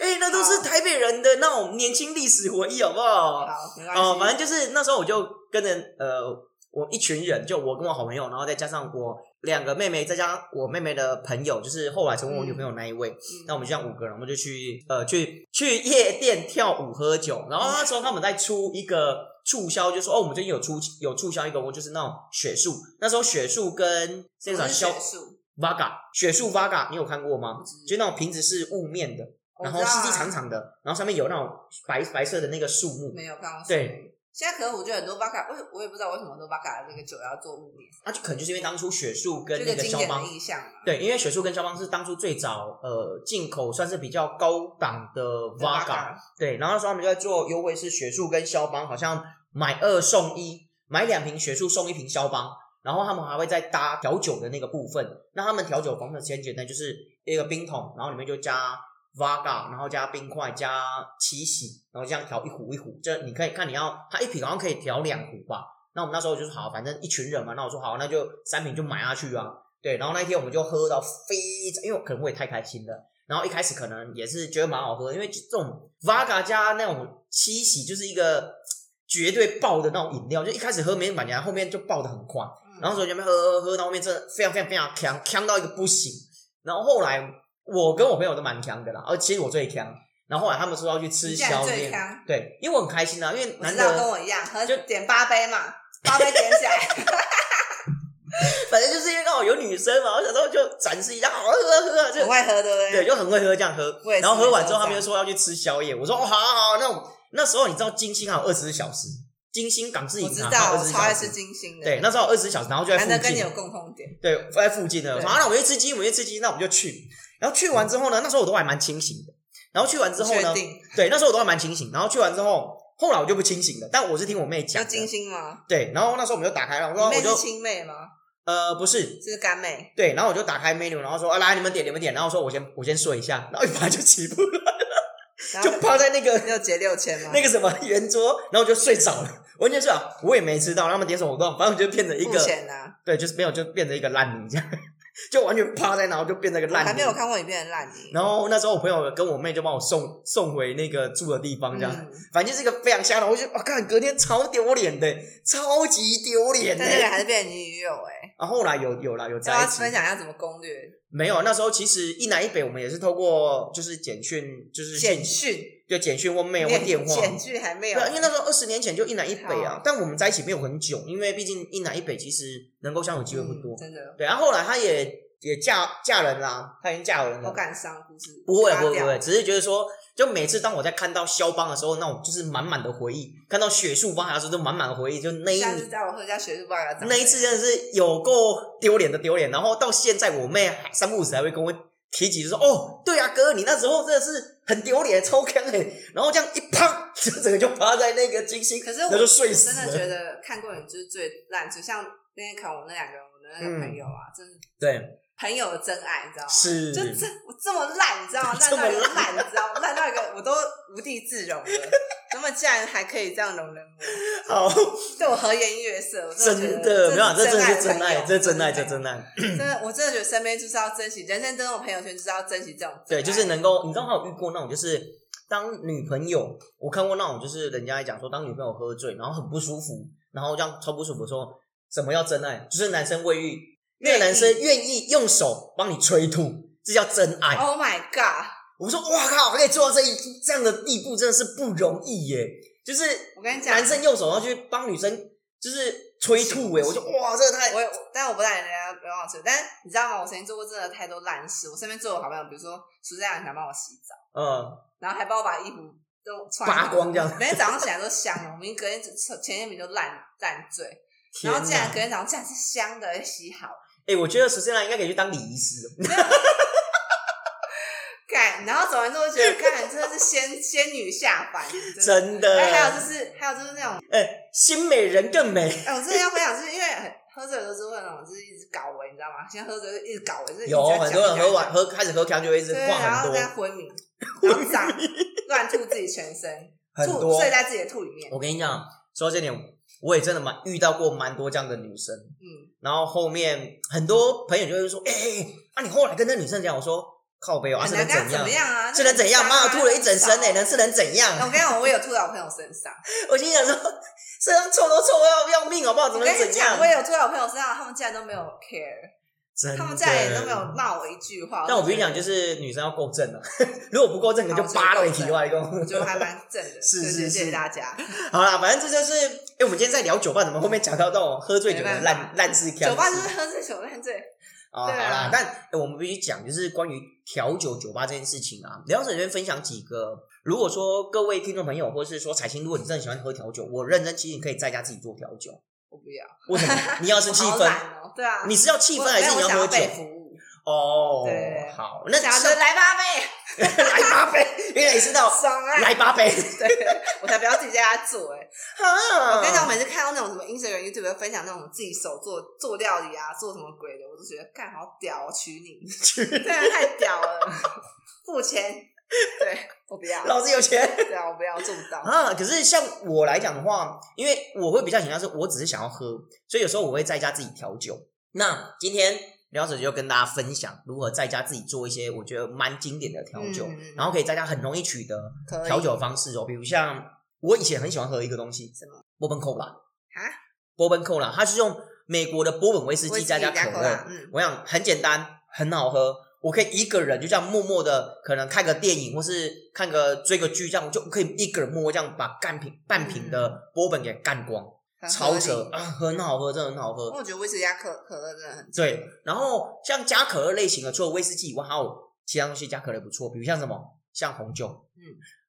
哎、那都是台北人的那种年轻历史回忆，好不好？好，没关系。哦，反正就是那时候我就跟着呃，我一群人，就我跟我好朋友，然后再加上我两个妹妹，再加上我妹妹的朋友，就是后来成为我女朋友那一位。嗯那我们就这样五个人，我们就去呃去去夜店跳舞喝酒。然后那时候他们在出一个促销，就说哦，我们最近有出有促销一个，我就是那种雪树。那时候雪树跟这我款是消学术， Vaga 雪树 Vaga，你有看过吗不知？就那种瓶子是雾面的，我然知后道啊四季长长的，然后上面有那种白白色的那个树木。没有看过。对。现在可能我觉得很多巴卡，我也我也不知道为什么很多巴卡的这个酒要做五年，那就可能就是因为当初雪树这跟那个个经肖典的邦，意象嘛。对，因为雪树跟肖邦是当初最早呃进口算是比较高档的 Vaga， Vodka 对，然后那时候他们就在做优惠，是雪树跟肖邦好像买二送一，买两瓶雪树送一瓶肖邦，然后他们还会再搭调酒的那个部分。那他们调酒方式其实很简单，就是一个冰桶，然后里面就加 Vaga，然后加冰块加七喜，然后这样调一壶一壶，这你可以看你要它一瓶好像可以调两壶吧。那我们那时候就是好，反正一群人嘛，那我说好，那就三瓶就买下去啊。对，然后那一天我们就喝到非常，因为可能我也太开心了。然后一开始可能也是觉得蛮好喝，因为这种 Vaga 加那种七喜就是一个嘖绝对爆的那种饮料，就一开始喝没什么感觉，后面就爆的很快。嗯然后所以就在那边喝喝喝，到后面真的非常非常非常强，强到一个不行。然后后来我跟我朋友都蛮强的啦，而其实我最强。然后后来他们说要去吃你竟然宵最夜强，对，因为我很开心啊，因为我难知道跟得我一样，喝就点八杯嘛，八杯点起来，反正就是因为刚好有女生嘛，我想说就展示一下，好喝喝喝啊， 就很会喝，对不对？对，就很会喝这样喝我也。是然后喝完之后，每次都他们就说要去吃宵夜，我说哦，好好好，那我那时候你知道金星还有二十四小时，金星港式我饮知茶道，二我十四超小爱吃时，金星的，对，，那时候二十四小时，然后就在难得附跟你有近，共同点，对，在附近的，我对说啊，那我们去吃鸡，我们去吃鸡，那我们就去。然后去完之后呢，那时候我都还蛮清醒的。然后去完之后确，呢定对，那时候我都还蛮清醒。然后去完之后，后来我就不清醒了，但我是听我妹有讲的。金星吗？对，然后那时候我们就打开了，我你说妹我是就亲妹吗？呃不是，是干 妹？对，然后我就打开 menu，然后说啊来你们点你们点，然后说我先我先睡一下，然后一爬就起不来，然就 后趴在那个六节六千吗？那个什么圆桌，然后我就睡着了，完全睡着，我也没吃到，他们点什么我都忘了，反正我就变成一付个钱啊，对，就是没有就变成一个烂泥这样，就完全趴在那，然后就变成一我个烂哦泥。还没有看过你变成烂泥。然后那时候我朋友跟我妹就把我送送回那个住的地方，这样，嗯反正就是一个非常瞎的。我就我看、干隔天超丢脸的，超级丢脸的。但这个还是变成女女友 哎，然后后来有有啦有要不在要一起分，享一下怎么攻略？没有那时候其实一南一北我们也是透过就是简讯就是简讯息讯，就简讯或 mail 或电话。简讯还没对有，啊，因为那时候二十年前就一南一北啊好，但我们在一起没有很久，因为毕竟一南一北其实能够相处机会不多嗯。真的，对，然后后来她也也嫁嫁人啦，她已经嫁人了。好感伤，不是？不会，拉不会，掉不会，，只是觉得说，就每次当我在看到肖邦的时候，那种就是满满的回忆，看到雪树发芽的时候，就满满的回忆，就那一下次带我喝一下学术报告。那一次真的是有够丢脸的丢脸。然后到现在，我妹还三不五时还会跟我提起，就说：“哦，对啊，哥，你那时候真的是很丢脸，超坑哎。”然后这样一趴，就整个就趴在那个金星，可是然我后就睡真死的了。觉得看过你就是最烂，就像那天看我那两个人，我那两个朋友啊，真的对，朋友的真爱，你知道吗？嗯是，就这我这么烂，你知道吗？烂 这么到一个烂，你知道吗？烂到一个我都无地自 容了。那么竟然还可以这样容忍我，好，对我和颜悦色，我真真觉得的没有啊，这真的是真爱，这这是真爱，这是真真爱。真的，我真的觉得身边就是要珍惜，人生真的朋友圈就是要珍惜这种真对，爱，就是能够，你知道我有遇过那种，就是当女朋友，我看过那种，就是人家讲说，当女朋友喝醉，然后很不舒服，然后这样超不舒服说什么叫真爱？就是男生卫浴，那个男生愿意用手帮你吹吐，这叫真爱。 Oh my god！我说，哇靠，还可以做到这一这样的地步，真的是不容易耶！就是我跟你讲，男生用手要去帮女生，就是吹吐，哎，我说哇，这个 太我也我但我不带人家不要吃，但是你知道吗？我曾经做过真的太多烂事。我身边做的好朋友，比如说暑假很想帮我洗澡，嗯然后还帮我把衣服都穿拔好光这样。每天早上起来都香的，我明隔天前天明就烂烂醉，然天后竟然哪隔！天早上竟然是香的，洗好哎，我觉得十四郎应该可以去当礼仪师。 干，然后走完之后觉得干真的是仙仙女下凡，的。真的，哎，还有就是，还有就是那种，哎，新美人更美，哎，我真的要分享，就是因为很喝醉的时候就会那种，就是一直搞我，你知道吗？现在喝醉就一直搞我，就是一直有在很讲一多人直在喝讲完喝开始喝强就会一直对，啊话然很后多在昏迷，然后脏，乱吐自己全身， 很吐多睡。在自己的吐里面。我跟你讲，说到这点，我也真的蛮遇到过蛮多这样的女生。嗯，然后后面很多朋友就会说：“哎、哎哎啊，你后来跟那女生讲，我说靠背哦，啊很是难能跟他怎怎么样？样啊？是能怎样？妈，吐了一整身哎、哎！能是能怎我样？跟你讲，我有吐到我朋友身上。我心想说，身上臭都臭要要命好不好？我怎么跟能你怎讲，我也样？有吐到我朋友身上，他们竟然都没有 care，真他们竟然也的都没有。骂我一句话。但我跟你讲，就是是女生要够正啊， 如果不够正，你就扒了体外公。 我觉得还蛮正的，是对是对谢是谢大家。 好啦，反正这就是，哎、我们今天在聊酒吧，怎么后面讲到那种喝醉酒的没办烂烂事？酒吧就是喝醉酒烂醉， 啊、对啊好啦，但、哎我们必须讲，就是关于调酒酒吧这件事情啊，聊这边分享几个。如果说各位听众朋友，或是说彩青，如果你真的喜欢喝调酒，我认真，其实你可以在家自己做调酒。我不要。为什 么？你要是我气好氛，懒哦，对啊，你是要气氛还是我你没有我想喝要酒？被服务，哦对，好，那想要就来吧呗， 来八杯，原来你 知道爽啊！哦来八杯对，我才不要自己在家做哎、啊！我跟你 讲，我每次看到那种什么 Instagram、YouTube 分享那种自己手做做料理啊，做什么鬼的，我都觉得干好屌、哦，娶你，真的太屌了，付钱，对我不要，老子有钱。对啊，我不要，做不到。啊，可是像我来讲的话，因为我会比较倾向是，我只是想要喝，所以有时候我会在家自己调酒。那今天聊者就跟大家分享如何在家自己做一些我觉得蛮经典的调酒，嗯嗯嗯然后可以在家很容易取得可以调酒的方式哦，比如像我以前很喜欢喝一个东西，什么波本扣啦啊，波本扣啦，它是用美国的波本威士威忌士加忌加可可乐乐，嗯我想很简单，很好喝。我可以一个人就这样默默的，可能看个电影，或是看个追个剧，这样我就可以一个人默默这样把干瓶半瓶的波本给干光，嗯很合超理哦扯啊，很好喝，真的很好喝。我觉得威士忌加可可乐真的很对，然后像加可乐类型的，除了威士忌以外，还有其他东西加可乐也不错，比如像什么，像红酒，嗯，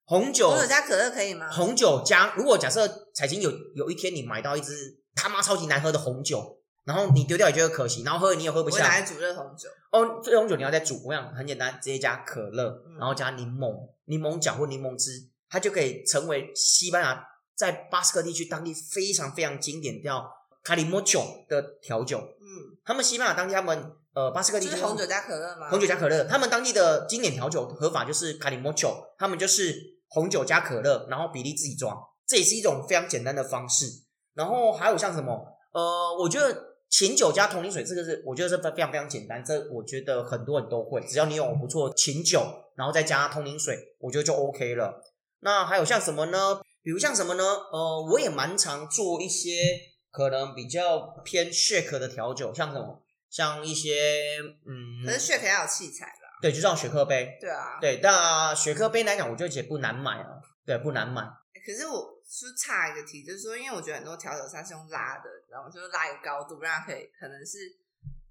红酒红酒加可乐可以吗？红酒加，如果假设彩琴有有一天你买到一支他妈超级难喝的红酒，然后你丢掉也觉得可惜，然后喝了你也喝不我会拿下。来煮热红酒，哦，这红酒你要再煮，我想很简单，直接加可乐，嗯然后加柠檬、柠檬角或柠檬汁，它就可以成为西班牙在巴斯克地区当地非常非常经典叫卡里莫酒的调酒。嗯，他们西班牙当地他们呃巴斯克地就区是红酒加可乐吗？红酒加可乐，他们当地的经典调酒喝法就是卡里莫酒，他们就是红酒加可乐，然后比例自己装，这也是一种非常简单的方式。然后还有像什么，呃，我觉得琴酒加同灵水这个是，我觉得是非常非常简单，这我觉得很多人都会，只要你有不错的琴酒，然后再加通灵水，我觉得就 OK 了。那还有像什么呢？比如像什么呢？呃，我也蛮常做一些可能比较偏 shake 的调酒，像什么，像一些嗯，可是雪可要有器材吧？对，就像雪克杯。对啊，对，那雪克杯来讲，我觉得也不难买啊。对，不难买。可是我是差一个题，就是说，因为我觉得很多调酒它是用拉的，然后就是拉一个高度，让它可以可能是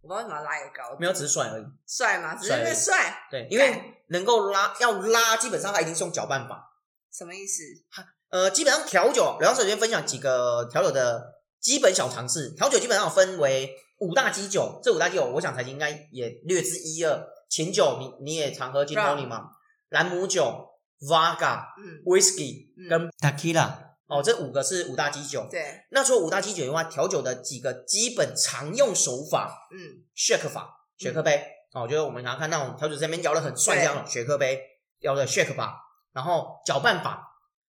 我不知道为什么要拉一个高度没，有，只是帅而已。帅吗？只是因为帅，对，因为干能够拉，要拉，基本上它一定是用搅拌法。什么意思？呃，基本上调酒，然后首先分享几个调酒的基本小常识。调酒基本上有分为五大基酒，这五大基酒，我想财经应该也略知一二。琴酒你你也常喝金 Rum 托尼嘛，兰姆酒、Vodka、嗯， Whisky 嗯跟 Tequila 哦，这五个是五大基酒。对，那除了五大基酒以外，调酒的几个基本常用手法嗯， ，shake 法，雪克杯、哦，就是我们常看那种调酒这边摇的很帅这样，雪克杯摇的 shake 法，然后搅拌法，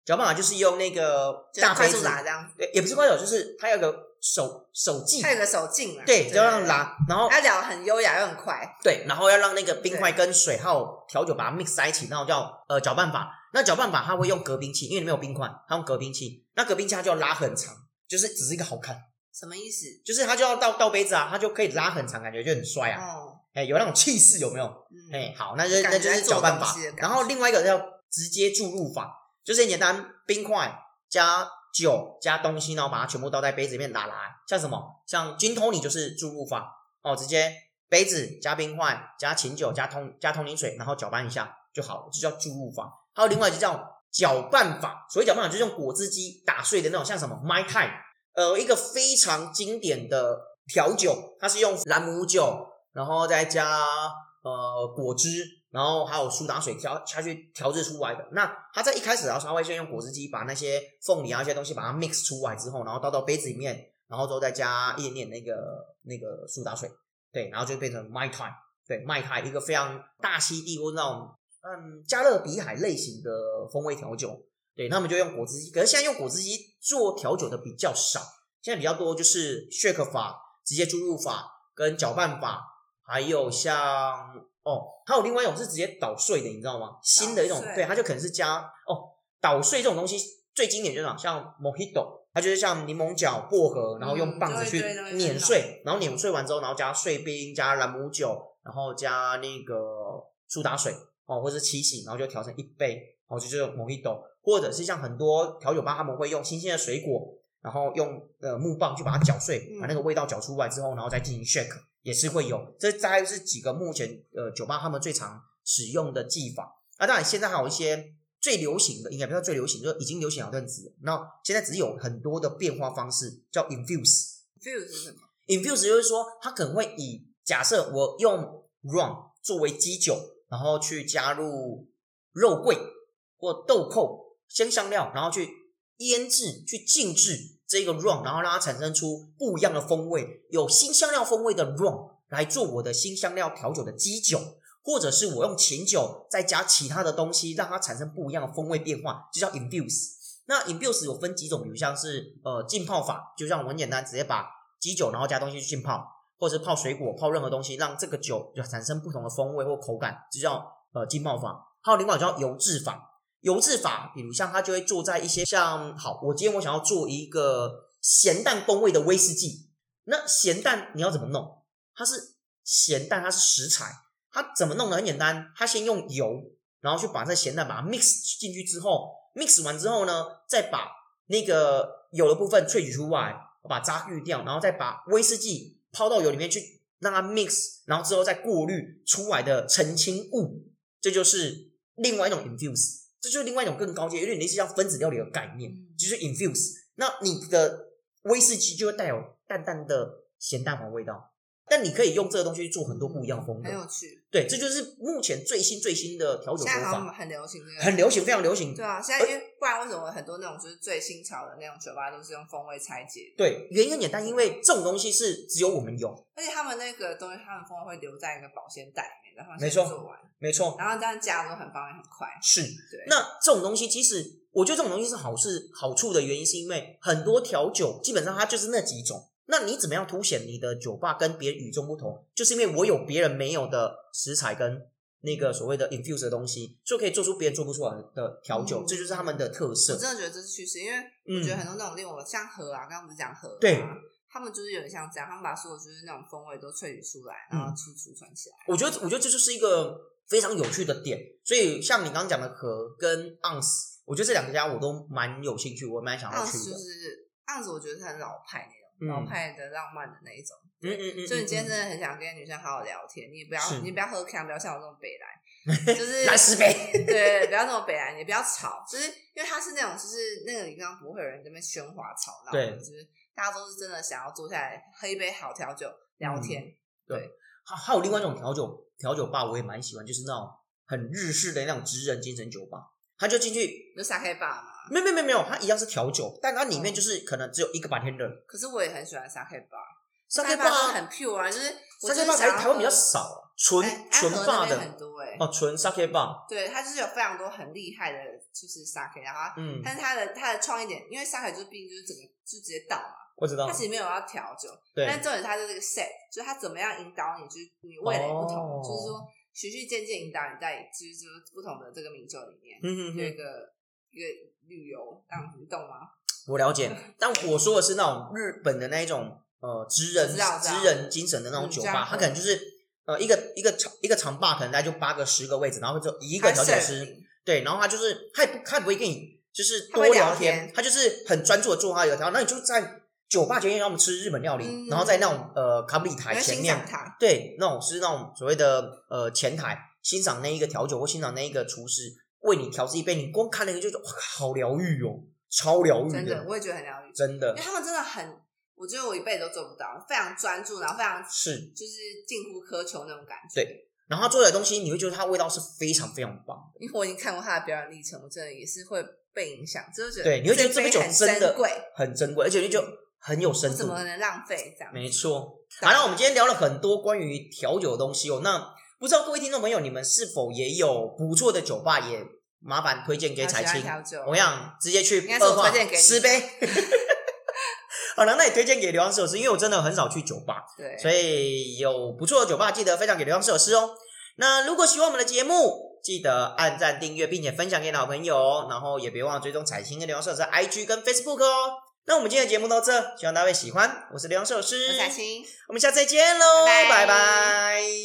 搅拌法就是用那个就是大快杯速子，拉这样，对也不是快手，就是它有个手手技它，有个手劲啊，对，要让，拉，然后它聊得很优雅又很快，对，然后要让那个冰哎对块跟水还有调酒把它 mix 在一起，然后叫呃搅拌法。那搅拌法它会用隔冰器，因为里面有冰块，它用隔冰器，那隔冰器它就要拉很长，就是只是一个好看。什么意思？就是他就要倒倒杯子啊，他就可以拉很长，感觉就很帅啊，哦，哎、有那种气势有没有？嗯，哎、好，那就感觉那就是在做搅拌东法西的。感然后另外一个叫直接注入法，就是很简单，冰块加酒加东西，然后把它全部倒在杯子里面拉拉。像什么？像金托尼就是注入法哦，直接杯子加冰块加琴酒加通加通灵水，然后搅拌一下就好了，就叫注入法。还有另外就叫搅拌法，所谓搅拌法就是用果汁机打碎的那种，像什么 My Time。呃，一个非常经典的调酒，它是用兰姆酒，然后再加呃果汁，然后还有苏打水调下去调制出来的。那它在一开始的时候，它会先用果汁机把那些凤梨啊一些东西把它 mix 出来之后，然后倒到杯子里面，然后之后再加一点点那个那个苏打水，对，然后就变成 my time，对，my time 一个非常大溪地或那种嗯加勒比海类型的风味调酒。对，那他们就用果汁机，可是现在用果汁机做调酒的比较少，现在比较多就是 shake 法、直接注入法跟搅拌法，还有像哦，还有另外一种是直接捣碎的，你知道吗？新的一种捣，碎对，它就可能是加哦捣碎这种东西最经典就是那种像 mojito，它就是像柠檬角、薄荷，然后用棒子嗯对去对对对碾碎，然后碾碎完之后，然后加碎冰、加兰姆酒，然后加那个苏打水哦，或者是七喜，然后就调成一杯，哦，就就是 mojito，或者是像很多调酒吧他们会用新鲜的水果，然后用呃木棒去把它搅碎，嗯把那个味道搅出来之后，然后再进行 shake，也是会有。这大概是几个目前呃酒吧他们最常使用的技法。那、当然现在还有一些最流行的，应该不叫最流行，就是已经流行好一阵子了。那现在只是有很多的变化方式，叫 infuse。 ，feel 是什么？ infuse 就是说，它可能会以假设我用 rum 作为基酒，然后去加入肉桂或豆蔻、鲜香料，然后去腌制、去静置这个 rum，然后让它产生出不一样的风味，有新香料风味的 rum 来做我的新香料调酒的基酒。或者是我用琴酒再加其他的东西，让它产生不一样的风味变化，就叫 infuse。那 infuse 有分几种，比如像是呃浸泡法，就像我们很简单，直接把基酒然后加东西去浸泡，或者是泡水果、泡任何东西，让这个酒就产生不同的风味或口感，这叫呃浸泡法。还有另外一种叫油制法，油制法，比如像它就会做在一些像好，我今天我想要做一个咸淡风味的威士忌，那咸蛋你要怎么弄？它是咸蛋，它是食材，它怎么弄呢？很简单，它先用油，然后去把这咸蛋把它 mix 进去之后，mix 完之后呢，再把那个油的部分萃取出来，把渣滤掉，然后再把威士忌泡到油里面去，让它 mix，然后之后再过滤出来的澄清物，这就是另外一种 infuse，这就是另外一种更高阶，有点类似像分子料理的概念，就是 infuse。那你的威士忌就会带有淡淡的咸蛋黄味道，但你可以用这个东西去做很多不一样的风格很。有趣。对，这就是目前最新最新的调酒现手在好像法，很流行这个，很流行，非常流行对。啊，现在因为不然为什么很多那种就是最新潮的那种酒吧都是用风味拆解，对，原因很简单，因为这种东西是只有我们有，而且他们那个东西，他们风味会留在一个保鲜袋里面，然后没先错做完，没错，然后这样加的时候很方便很快。是。对，那这种东西，其实我觉得这种东西是好事好处的原因，是因为很多调酒基本上它就是那几种。那你怎么样凸显你的酒吧跟别人与众不同？就是因为我有别人没有的食材跟那个所谓的 infuse 的东西，就可以做出别人做不出来的调酒，嗯这就是他们的特我色。真的觉得这是趋势，因为嗯我觉得很多那种令我像河啊，刚刚不是讲河、啊，对，他们就是有点像这样，他们把所有就是那种风味都萃取出来，嗯然后去储存起来。我觉得，我觉得这就是一个非常有趣的点。所以，像你刚刚讲的和跟 ounce，我觉得这两家我都蛮有兴趣，我蛮想要样去子就的。是样子，我觉得是很老派那种、嗯老派的浪漫的那一种。嗯嗯嗯嗯，所以你今天嗯真的很想跟女生好好聊天，你不要是你不要喝强，不要像我这种北 来，就是来十杯，对，不要那么北来，也不要吵，就是因为他是那种，就是那个地方不会有人在那边喧哗吵闹，对就是大家都是真的想要坐下来喝一杯好调酒嗯聊天，还还有另外一种调酒调酒吧，我也蛮喜欢，就是那种很日式的那种职人精神酒吧。他就进去，有撒开吧嘛。没有没有没有没有，它一样是调酒，但它里面就是可能只有一个 bartender。可嗯是我也很喜欢撒开吧，沙克吧是吧，很 pure 啊，就是我沙就是克吧想台要台湾比较喝少啊，纯哎安纯和那吧边很的多哎、哦，纯沙克吧，对，它就是有非常多很厉害的，就是撒开，然后它嗯，但是它的它的创意点，因为撒开就是毕竟就是整个就直接倒嘛，我知道它，其实没有要调酒，对，但重点是它就是个 set，就是它怎么样引导你，就是你味蕾不同，哦就是说循序渐进引导你在就是就是不同的这个名酒里面，嗯嗯有一嗯，个一个旅游，这样你懂吗？我了解。 但我说的是那种日本的那一种呃职人我知道我知道职人精神的那种嗯酒这吧样，它可能就是呃一个一个长一个长吧，可能大概就八个十个位置，然后只有一个调酒它是师。对，然后他就是他也不他也不会跟你就是他多会聊聊天天，他就是很专注的做他的调，那你就在酒吧前面让我们吃日本料理，嗯然后在那种呃卡布里你台会前欣面赏，它，对，那种是那种所谓的呃前台欣赏那一个调酒或欣赏那一个厨师为你调制一杯，你光看那个就觉得哇好疗愈哦，超疗愈真的的，我也觉得很疗愈，真的因为他们真的很，我觉得我一辈子都做不到，非常专注，然后非常是。就是近乎苛求那种感觉。对，然后他做的东西，你会觉得它味道是非常非常棒的。 因为我已经看过他的表演历程，我真的也是会被影响，就是觉得对你会觉得这这杯杯酒很真珍的贵，很珍贵，而且你就很有我深怎度。么能浪费这样？没错。啊好了，那我们今天聊了很多关于调酒的东西哦。那不知道各位听众朋友，你们是否也有不错的酒吧？也麻烦推荐给好啊喜彩欢青。调酒，同样直接去应该是二我话推荐给你十杯。 好了，那也推荐给流浪室友师，因为我真的很少去酒吧，对，所以有不错的酒吧记得分享给流浪室友师哦。那如果喜欢我们的节目，记得按赞、订阅，并且分享给老朋友哦，然后也别忘了追踪彩星跟流浪室友师的 IG 跟 Facebook 哦。那我们今天的节目到这，希望大家会喜欢。我是流浪室友师，我是彩青。我们下次再见喽，拜拜拜拜